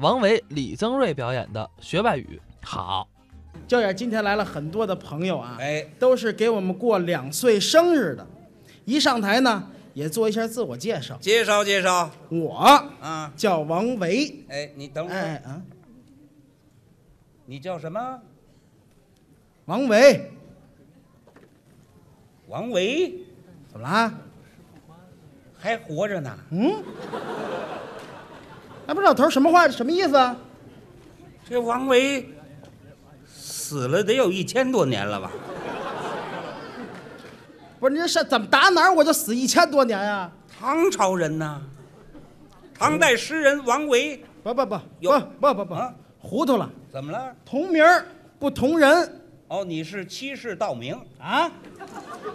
王维、李增瑞表演的《学外语》。好，娇姐今天来了很多的朋友啊，哎，都是给我们过两岁生日的，一上台呢也做一下自我介绍。介绍介绍我啊！叫王维，哎，你等会哎儿，啊，你叫什么？王维，王维，怎么啦？还活着呢。嗯，哎，不是老头儿什么话什么意思啊？这王维死了得有一千多年了吧？不是您是怎么打哪儿我就死一千多年啊？唐朝人呐，唐代诗人王维，不不不有不不不不啊，糊涂了，怎么了？同名儿不同人哦，你是欺世盗名。啊，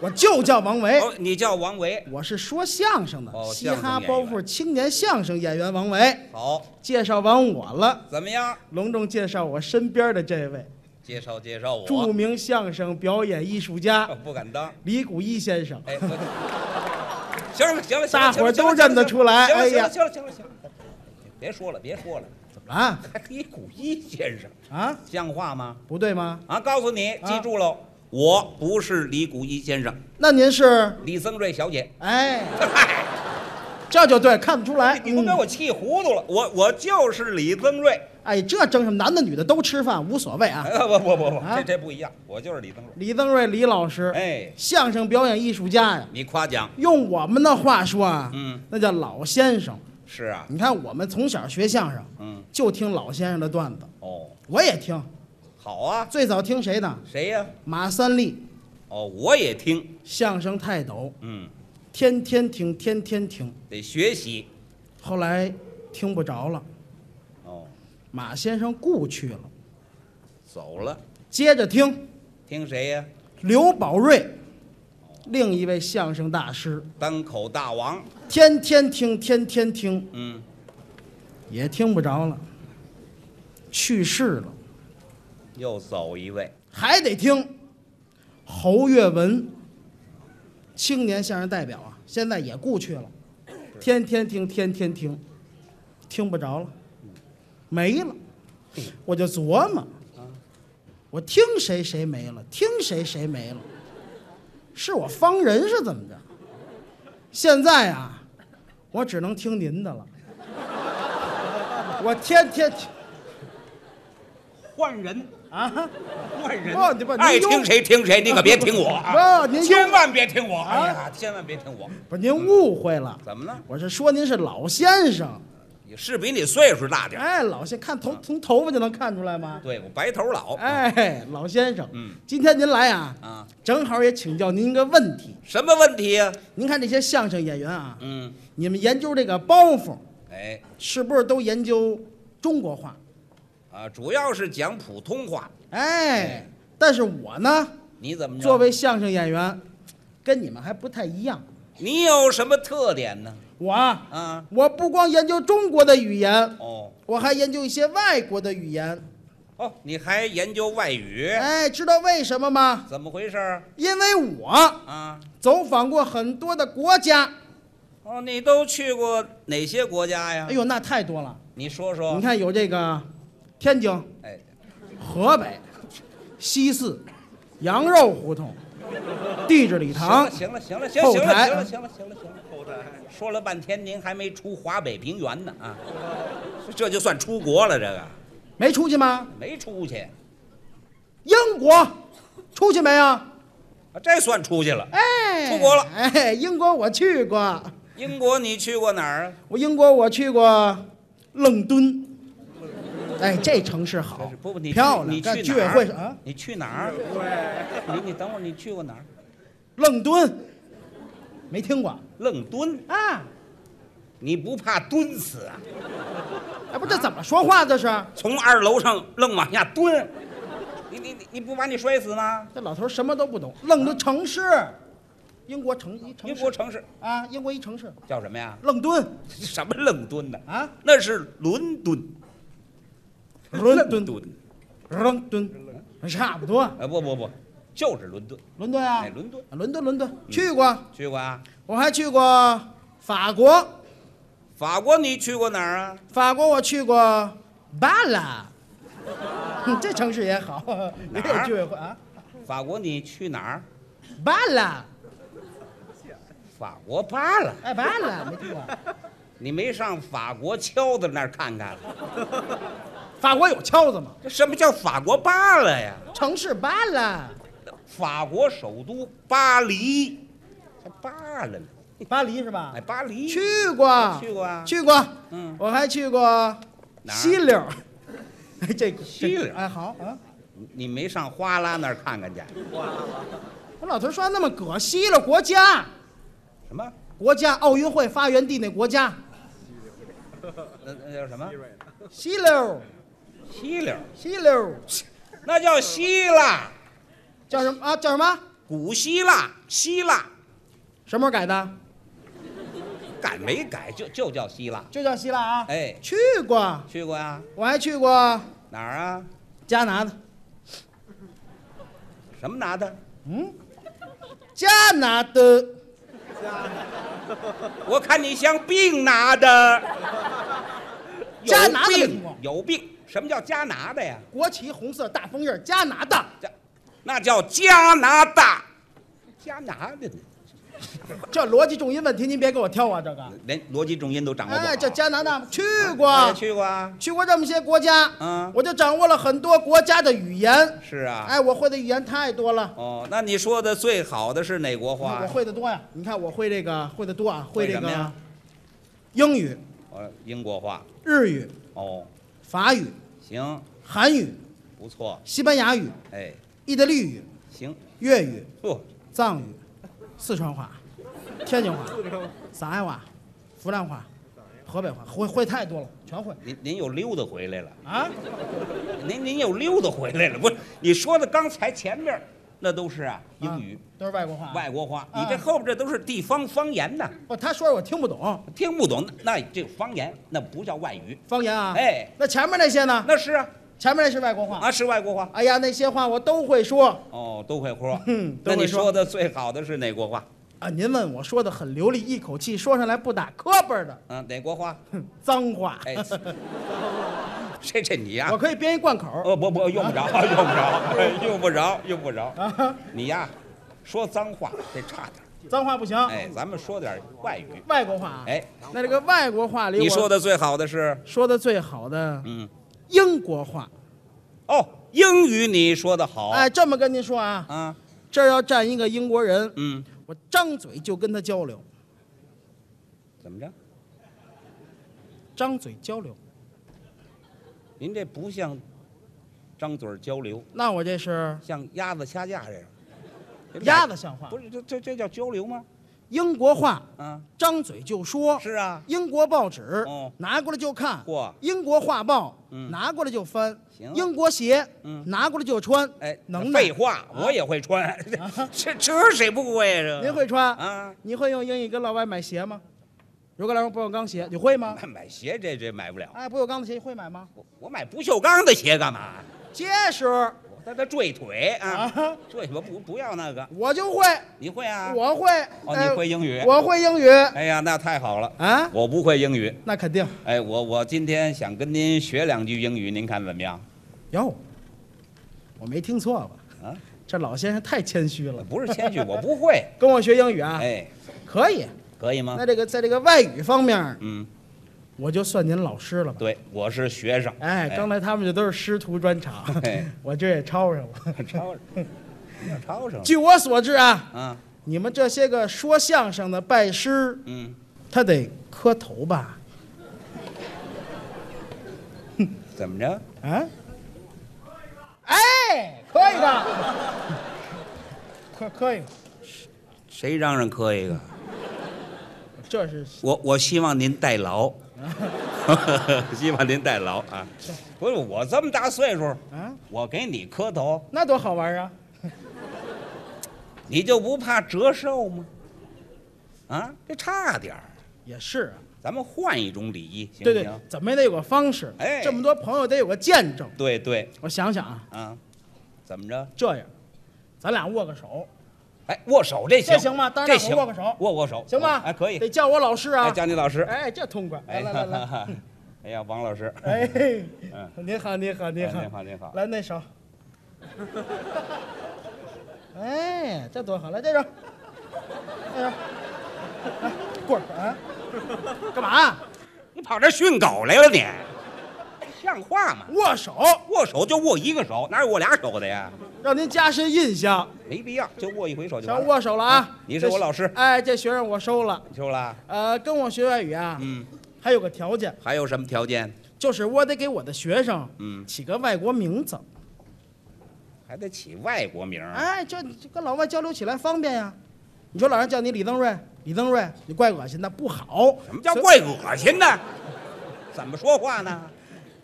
我就叫王维。哦，你叫王维。我是说相声的，哦嘻相声哈演包员袱青年相声演员王维。好，介绍完我了，怎么样？隆重介绍我身边的这位介绍介绍著我。名相声表演艺术家哦不敢当。李谷一先生。哎，我行了行了，行了大伙儿都认得出来行了哎行呀了行了行了行了，行了别说了别说了，怎么了？还李谷一先生，啊，像话吗？不对吗？啊，告诉你，啊记住喽，我不是李谷一先生，那您是？李增瑞小姐。 哎，嗨，这就对，看得出来。哎你不给嗯我气糊涂了，我我就是李增瑞。 哎，这争什么？男的女的都吃饭，无所谓啊。哎不不不不，啊这这不一样，我就是李增瑞。李增瑞，李老师，哎，相声表演艺术家呀，你夸奖用我们的话说啊，嗯，那叫老先生。是啊，你看，我们从小学相声，嗯，就听老先生的段子，哦，我也听。好啊，最早听谁的？谁呀、马三立，哦，我也听，相声泰斗，嗯，天天听，天天听。得学习。后来听不着了，哦，马先生故去了。走了，接着听听谁呀、刘宝瑞，另一位相声大师，单口大王，天天听，天天听，嗯，也听不着了，去世了。又走一位，还得听侯月文，青年相声代表啊，现在也故去了，天天听，天天听，听不着了，没了，我就琢磨，我听谁谁没了，听谁谁没了，是我方人是怎么着？现在啊，我只能听您的了，我天天听换人，啊，换人不不您爱用听谁听谁，你可别听我 啊，不您用千万别听我，啊哎呀，千万别听我，不是您误会了。怎么了？我是说您是老先生，你是比你岁数大点儿，哎，老先看头从头发就能看出来吗？对我白头老，哎，老先生，哦嗯，今天您来啊，啊，正好也请教您一个问题。什么问题呀、您看这些相声演员啊，嗯，你们研究这个包袱，哎，是不是都研究中国话？啊，主要是讲普通话，哎，但是我呢，你怎么着作为相声演员，跟你们还不太一样。你有什么特点呢？我啊，啊，我不光研究中国的语言，哦我还研究一些外国的语言。哦，你还研究外语，哎，知道为什么吗？怎么回事儿因为我啊？走访过很多的国家，哦，你都去过哪些国家呀？哎呦，那太多了。你说说。你看有这个天津、哎，河北、西四、羊肉胡同、地质礼堂，行了行了行后了行台了行了行了行了行了后台说了半天，您还没出华北平原呢啊，这就算出国了，这个没出去吗？没出去，英国，出去没有？啊这算出去了。哎，出国了哎，英国我去过，英国你去过哪儿啊？我英国我去过愣敦，哎，这城市好不是，不不，你去漂亮。你干去居哪委儿会是啊，你去哪儿？你你等会儿，你去过哪儿？愣敦，没听过愣蹲，啊？你不怕蹲死啊？哎，不，这怎么说话这是？从二楼上愣往下蹲，你你你你不把你摔死吗？这老头儿什么都不懂，愣的城市，英国城一城英市国城市啊，英国一城市，叫什么呀？愣敦什么愣蹲呢？啊，那是伦敦，伦敦敦，伦敦，差不多，啊不不不，就是伦敦，伦敦啊哎，，伦敦嗯伦敦，伦敦去过，去过啊？我还去过法国，法国你去过哪儿啊？法国我去过罢了。哼这城市也好，也哪有儿聚会啊。法国你去哪儿？罢了，法国罢了，哎，罢了，没听过。你没上法国敲子那儿看看？法国有敲子吗？这什么叫法国罢了呀？城市罢了，法国首都巴黎，还罢了呢？巴黎是吧哎，？巴黎去过，去过啊去过。嗯我还去过哪儿西柳 儿。哎，这个西柳儿哎，好啊。你你没上花拉那儿看看去？我老头说那么葛西了国家，什么？国家奥运会发源地那国家，那那叫什么？西柳，西柳，西柳那叫希腊，叫什么啊？叫什么？古希腊，希腊什么时候改的？改没改就就叫希腊。就叫希腊啊。哎去过，去过呀、我还去过哪儿啊？加拿大。什么拿的？嗯，加拿大，我看你像病拿的。有加拿的没听病过有病？什么叫加拿的呀？国旗红色大枫叶，加拿大。加，那叫加拿大。加拿的呢？这逻辑重音问题，您别给我挑啊，这个。连逻辑重音都掌握不好。哎，这加拿大去啊嗯我过也，去过啊。去过这么些国家，嗯我就掌握了很多国家的语言。是啊。哎，我会的语言太多了。哦，那你说的最好的是哪国话我呀？会的多呀，你看我会这个会的多啊，会这什么呀个英语、哦，英国话。日语、哦，法语、行，韩语、不错。西班牙语、哎，意大利语、行，粤语、不，藏语、四川话、天津话、上海话、湖南话、河北话，会会太多了，全会您您又溜达回来了，啊。您您又溜达回来了，不是？你说的刚才前面儿那都是啊英啊、语都是外国话啊，外国话，啊你这后边这都是地方方言呐，不，他说我听不懂听不懂那这方言那不叫外语，方言啊。哎，那前面那些呢？那是啊前面那是外国话。啊是外国话。哎呀，那些话我都会说哦，都会说。嗯都那会你说说的最好的是哪国话？啊。您问我说的很流利，一口气说上来不打磕巴的。嗯，哪国话？脏话。哎， 这这你呀、我可以编一贯口儿哦不不，用不着，用不着，用不着，用不着。啊，你呀、说脏话这差点儿，脏话不行，哎，咱们说点儿外语。外国话。，啊哎，那这个外国话里，你说的的最好的是，说的最好的嗯，英国话。哦，英语你说的好，哎，这么跟您说啊，啊，这儿要站一个英国人，嗯，我张嘴就跟他交流，怎么着？张嘴交流，您这不像张嘴儿交流，那我这是像鸭子掐架这样。这俩 鸭子像话不。是这这这叫交流吗？英国话，啊，张嘴就说。是啊，英国报纸哦拿过来就看，嚯英国画报嗯拿过来就翻行，英国鞋嗯拿过来就穿。哎，能耐啊废话，我也会穿， 这这谁不会呀？这您会穿？啊？你会用英语跟老外买鞋吗？如果老外不锈钢鞋，你会吗？买买鞋这这买不了，哎，不锈钢的鞋你会买吗？我我买不锈钢的鞋干嘛？结实我在这坠腿啊，啊，坠我不不要那个，我就会，你会啊？我会。哦，哎你会英语？我会英语哎呀，那太好了，啊，我不会英语。那肯定哎，我我今天想跟您学两句英语，您看怎么样？有。我没听错吧？啊，这老先生太谦虚我了，不是谦虚，我不会。跟我学英语 啊？哎，啊可以。可以吗那？这个在这个外语方面，嗯，我就算您老师了吧？对，我是学生。哎，刚才他们这都是师徒专场哎， 我这也抄上了。 才吵上，哎要吵上了据我所知啊，啊，你们这些个说相声的拜师，嗯，他得磕头吧？怎么着？啊？哎，可以的， 可可以，谁嚷嚷磕一个？这是我我希望您 代劳， 希望您代劳啊！ 不是我这么大岁数，啊，我给你磕头，那多好玩啊！你就不怕折寿吗？啊，这差点儿，也是啊，咱们换一种礼仪，行不对对行？，怎么也得有个方式。哎这么多朋友得有个见证。对对我想想啊，啊，怎么着？这样，咱俩握个手，哎，握手这行，这行吗当然这我行，握个手握握手，行吧？哎，可以。得叫我老师哎，啊。江妮老师，哎，这痛快！来哎来来来， 哎呀，王老师，哎，嗯，您好，您好，您好，哎您好您好来那手。哎，这多好！来这手，这手，来棍儿啊！干嘛？你跑这儿训狗来了你？哎像话吗？握手，握手就握一个手，哪有握俩手的呀？让您加深印象。没必要，就握一回手就完行，了。握手了啊！你是我老师这哎，这学生我收了。你说了，呃，跟我学外语啊，嗯，还有个条件，还有什么条件？就是我得给我的学生嗯起个外国名字。还得起外国名儿。哎，这这跟老外交流起来方便呀。你说老人叫你李登瑞，李登瑞，你怪恶心的，不好。什么叫所以怪恶心的？怎么说话呢？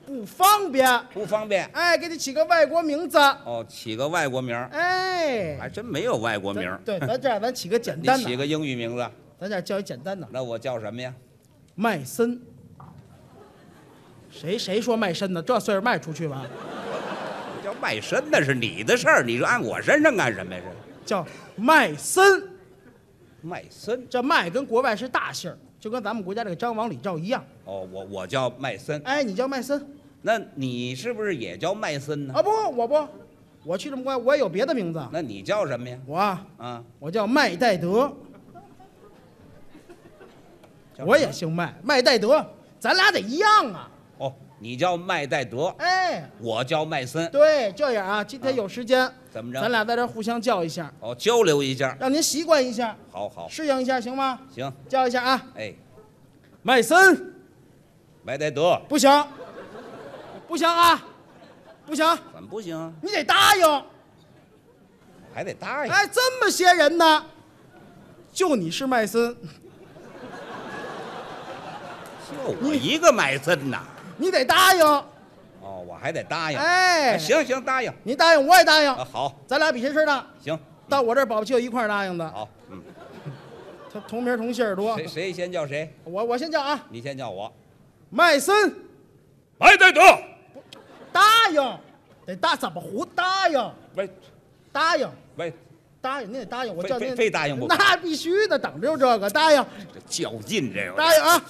不方便？不方便。哎，给你起个外国名字。哦，起个外国名儿，哎，还真没有外国名儿咱。对，咱这样，咱起个简你单起的，个英语名字，咱这儿叫一简单的，那我叫什么呀？麦森。谁谁说卖身呢？这岁数卖出去吧？叫卖身那是你的事儿，你说按我身上干什么呀？这叫麦森，卖身这麦跟国外是大姓儿，就跟咱们国家这个张王李赵一样。哦，我我叫卖身，哎，你叫麦森那你是不是也叫卖身呢？啊？不，我不，我去这么乖，我也有别的名字。那你叫什么呀？我啊啊，我叫麦代德，叫什么我也姓麦，麦代德，咱俩得一样啊。哦，你叫麦代德，哎，我叫麦森，对，这样啊，今天有时间，怎么着？咱俩在这儿互相叫一下，哦，交流一下，让您习惯一下，好好适应一下，行吗？行，叫一下啊，哎，麦森，麦代德，不行，不行啊，不行，怎么不行啊？你得答应。还得答应。哎，这么些人呢，就你是麦森，就我一个买身呐。你得答应。哦，我还得答应。哎，，行行，答应你答应我也答应，啊，好，咱俩比谁事儿大。行，到我这儿保不齐有一块儿答应的，好，嗯，他同名同姓儿多谁。谁先叫谁？我我先叫啊，你先叫我。麦森麦代德，答应，得答怎么胡答应？喂答应喂，答应，您得答应，我非叫非您非答应不可那必须的，等着就这个答应这较劲这个。答应啊，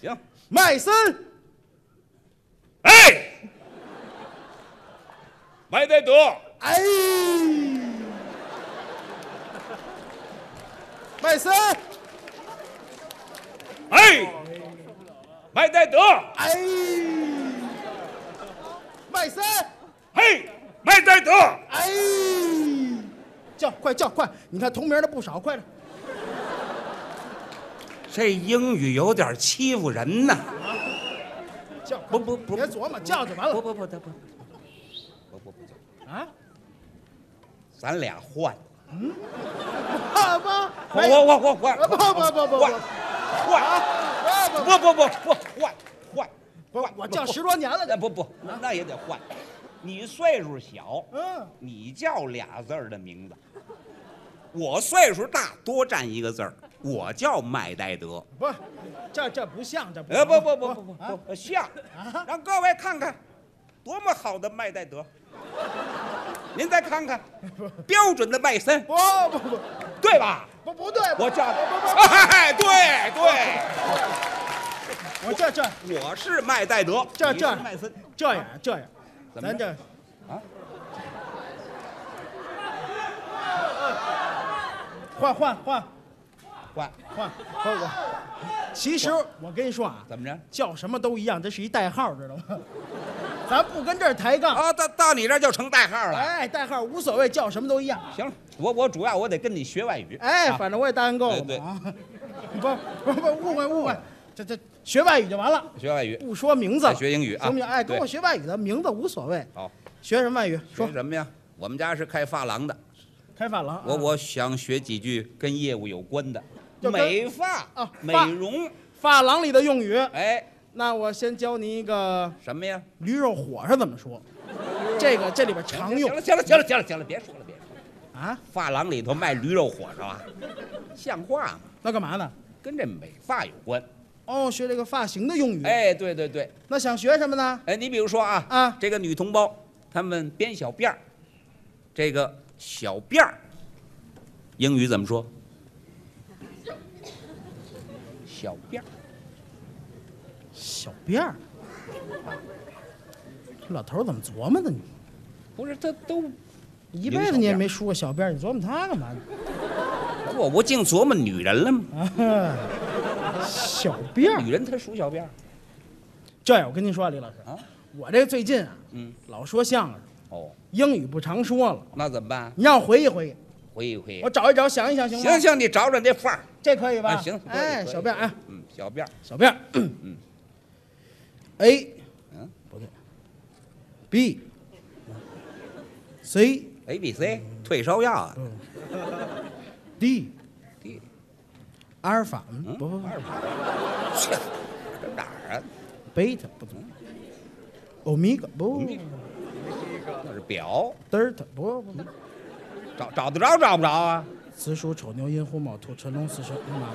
行，麦森哎，麦代德，哎，麦森哎，麦代德，哎，麦森嘿，麦代德，哎，叫快叫快，你看同名的不少，快点。这英语有点欺负人呐。叫不不不别琢磨，叫就完了不不不不不不不叫，啊！咱俩换。爸爸，我哎我我我换，啊不不不不不换换，啊！不不不不不不换换不换，，我叫不十多年了，那这不不那那也得换，你岁数小，嗯，你叫俩字儿的名字，我岁数大多占一个字儿，我叫麦代德。不，这这不像，这不呃不不不不不啊不像啊，让各位看看，多么好的麦代德。您再 看看，标准的麦森，不不不对吧？不不对，我叫，不 哎，对对。不，我这这我是麦代德，这你这是麦森，这样这样，怎么咱这啊，换换换换换换我。其实我跟你说啊，怎么着？叫什么都一样，这是一代号，知道吗？ 咱不跟这儿抬杠，啊，到到你这儿就成代号了。哎，代号无所谓，叫什么都一样。行了，我我主要我得跟你学外语。哎，啊反正我也答应够了对对嘛啊！ 不不不，误会误会，这这学外语就完了，学外语。不说名字了，哎学英语啊行不行？哎，跟对我学外语的名字无所谓，好，学什么外语？说学什么呀？我们家是开发廊的，开发廊啊。我我想学几句跟业务有关的，就跟美发啊美发容。发廊里的用语，哎，那我先教您一个什么呀？驴肉火烧怎么说，这个这里边常用行了，行了，行了，行了，行了，别说了，别说了。啊。发廊里头卖驴肉火烧啊，像话吗？那干嘛呢？跟这美发有关。哦，学这个发型的用语。哎，对对对，那想学什么呢？哎，你比如说啊，啊这个女同胞，她们编小辫儿，这个小辫儿，英语怎么说？小辫儿，小辫儿。这老头儿怎么琢磨的你？不是他都一辈子你也没梳过小辫儿，你琢磨他干嘛？我不净琢磨女人了吗？啊， 小辫儿。女人她属小辫儿这样，我跟您说啊，李老师，啊，我这最近啊，嗯，老说相声，哦，英语不常说了，那怎么办？你让我回忆回忆，回忆回忆我。找一找，想一想，行吗？行，行，你找找这范儿这可以吧？啊，行，可以哎，可以小辫儿啊，嗯，小辫儿小辫儿，嗯，A，嗯，不对，B，C， ，A B C 退烧药啊， D， D 阿尔法，嗯嗯，不不不，二百，切这哪儿啊？贝塔不对，欧米伽不嗯那是表，德尔塔不不不，找找得着找不着啊？子鼠、丑牛、寅虎、卯兔、辰龙、巳蛇、午 马、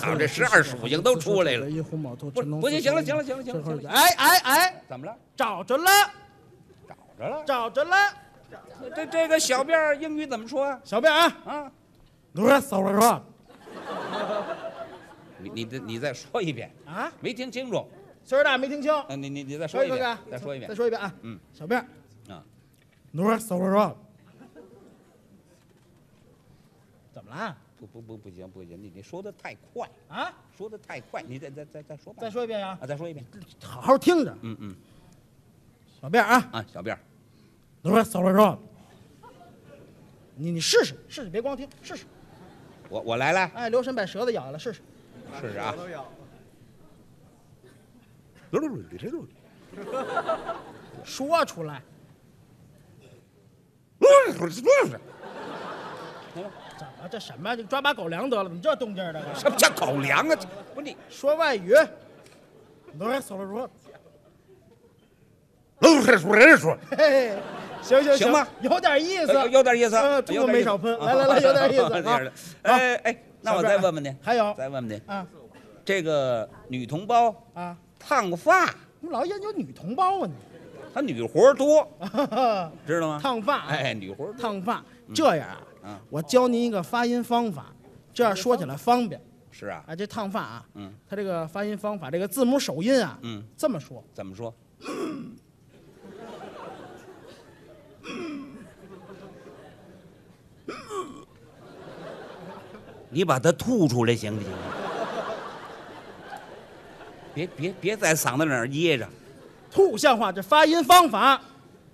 好羊。这十二属性都出来了寅虎、卯兔、不辰龙。不行巳蛇行了行了行了午马行了行了哎哎哎，怎么了？找着了，找着了。找着了，这这个小辫儿英语怎么说啊？小辫啊，啊，罗嗦罗嗦你你再你再说一遍，啊，没听清楚。岁数大没听清，嗯，你你你再说说一一遍遍，，再说一再遍。说一遍啊，嗯，小辫，啊，罗嗦罗嗦，怎么了？不不不不行不行，你你说的太快，啊，说的太快，你再再再再说吧。再说一遍啊，啊，再说一遍。好好听着，嗯嗯小辫啊，啊，小辫儿，罗嗦罗嗦，你你试试试试，别光听，试试，我我来来，哎，留神把舌头咬下来，试试。试试 啊。说出来，怎么这什么？这抓把狗粮得了？怎么这动静儿的？什么叫狗粮啊？不是你，说外语，罗嗦罗嗦，嘿，行行行吧有点意思，有有点意思啊呃，，中有国点没意思少喷，来来来，有点意 有思点意啊思。哎哎，那我再问问您，还有再问问您，啊这个女同胞啊，烫发，你老研究女同胞啊她女活儿多，你，知道吗？ 烫发啊，哎，女活儿多烫发，这样嗯啊，我教您一个发音方法，这样说起来方便。是啊，哎，这烫发啊，嗯它这个发音方法，这个字母首音啊，嗯，这么说，怎么 说？你把它吐出来行不行？别别别在嗓子那儿噎着，吐像话，这发音方法。啊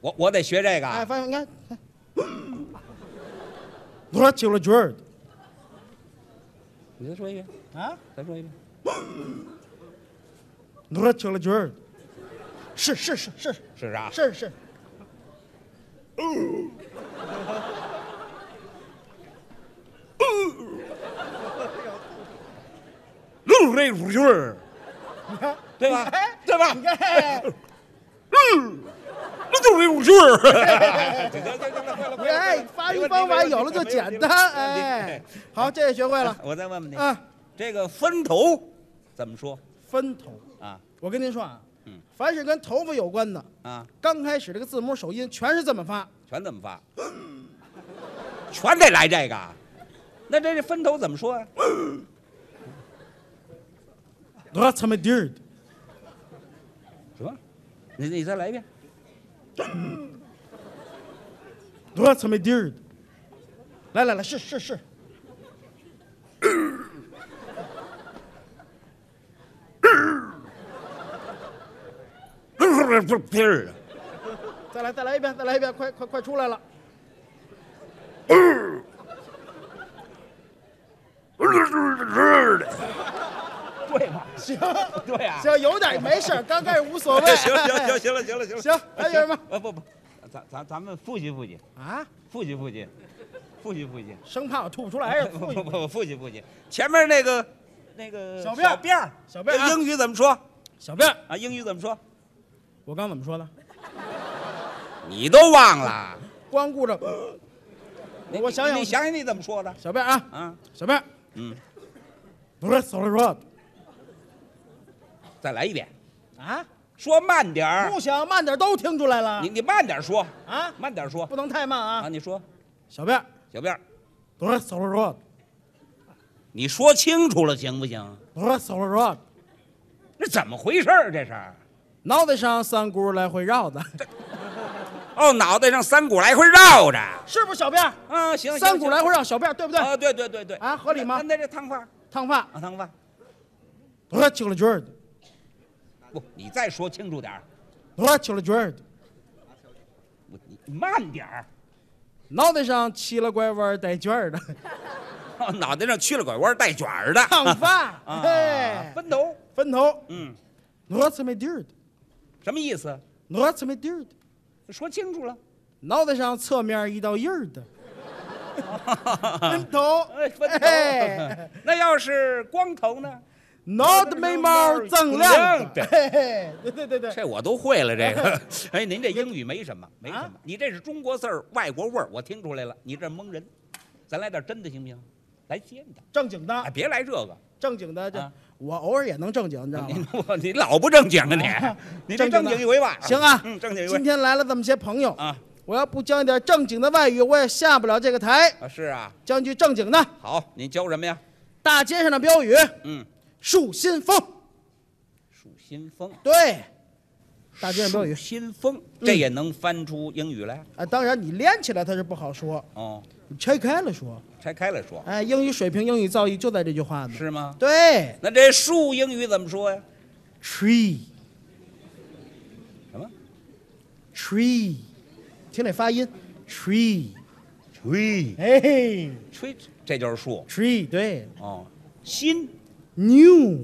我我得学这个哎，啊。发现你看， 看我揪了角儿你再说一遍，啊，再说一遍。我揪了角儿，是是是是是啊啥？是是，六类五句儿，你看对吧哎对吧你看，六类五句儿。行行行了，会了会 了。哎，发音方法有了就简单，哎，好，这也学会对了我再问问你，啊。这个分头怎么说分头，啊？我跟您说啊嗯，凡是跟头发有关的，啊，刚开始这个字母首音全是这么发，全怎么发？全得来这个啊。那这这分头怎么说啊呀、我他妈地儿的，什么？你你再来一遍。我他妈地儿的。来来来，是是是，不不是，再来再来一遍，再来一遍，快快快出来了。对吧？行对啊呀、行，有点没事儿，刚开始无所谓。行行行行了行了行了行还有什么？呃不不，咱咱咱们复习复习啊，复习复习，复习复习。生怕我吐不出来呀。不富裕不不，复习复习。前面那个那个小辫儿小辫儿，小辫儿啊英语怎么说小辫儿，啊？英语怎么说？我刚怎么说的？你都忘了？光顾着你我想想你想想你怎么说的小辫儿啊，啊？小辫儿，嗯，不是走了说再来一遍，啊，说慢点儿不。行，慢点都听出来了你你慢点儿说，啊，慢点儿说不能太慢啊！啊。你说，小辫儿，小辫儿，不是走了说，你说清楚了行不行？不是走了说，这怎么回事儿？这是脑袋上三轱辘来回绕的，哦，脑袋上三股来回绕着。是不是小辫？啊，行，行三股行来回绕小辫，对不对？啊，对对对对啊合理吗那那这烫发啊，烫发，烫发，我说请了角儿的，不，你再说清楚点儿，我说请了角儿的，我你你慢点儿， 脑袋上七了拐弯儿带卷儿的哦脑袋上曲了拐弯带卷儿的烫发，啊，嘿，分头，分头，嗯，我说吃没底儿的，什么意思？我说吃没底儿的，说清楚了，脑袋上侧面一道印儿 的，分头哎，，分头嘿。 那要是光头呢？脑袋眉毛锃亮的，哎嘿嘿，对对对对， 这我都会了，这个。 哎，您这英语没什么，没什么，你这是中国字儿，外国味儿，我听出来了，你这蒙人。咱来点真的行不行？来尖的，正经哎，的，别来这个， 正经的，这啊嗯我偶尔也能正经，你知道吗？我你老不正经啊你，你这正正经的经一回吧。行啊嗯，正经一今回天来了这么些朋友，啊我要不讲一点正经的外语，我也下不了这个台。啊是啊，讲句正经的，好，您教什么呀？大街上的标语：嗯，树新风。树新风，对，大街上标语树新风，这也能翻出英语来啊，当然你连起来它是不好说，哦，你拆开了说。拆开了说哎，英语水平、英语造诣就在这句话呢。是啊吗？对那这树英语怎么说呀？ ，tree 什么 tree，听这发音，tree， ？tree 哎嘿 tree，这就是树，tree，对哦。新，new。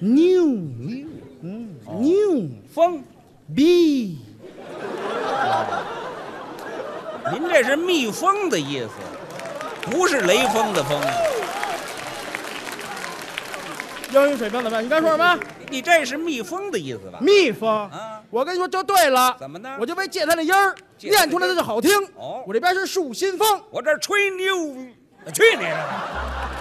new，嗯，new 风， b 您这是蜜蜂的意思，不是雷锋的风。英语水平怎么样？你刚说什么？你这是蜜蜂的意思吧？蜜蜂啊我跟你说就对了。怎么呢我就为借他那音儿，借它那念出来的就好听。哦我这边是树新风，我这吹牛，去你的吧！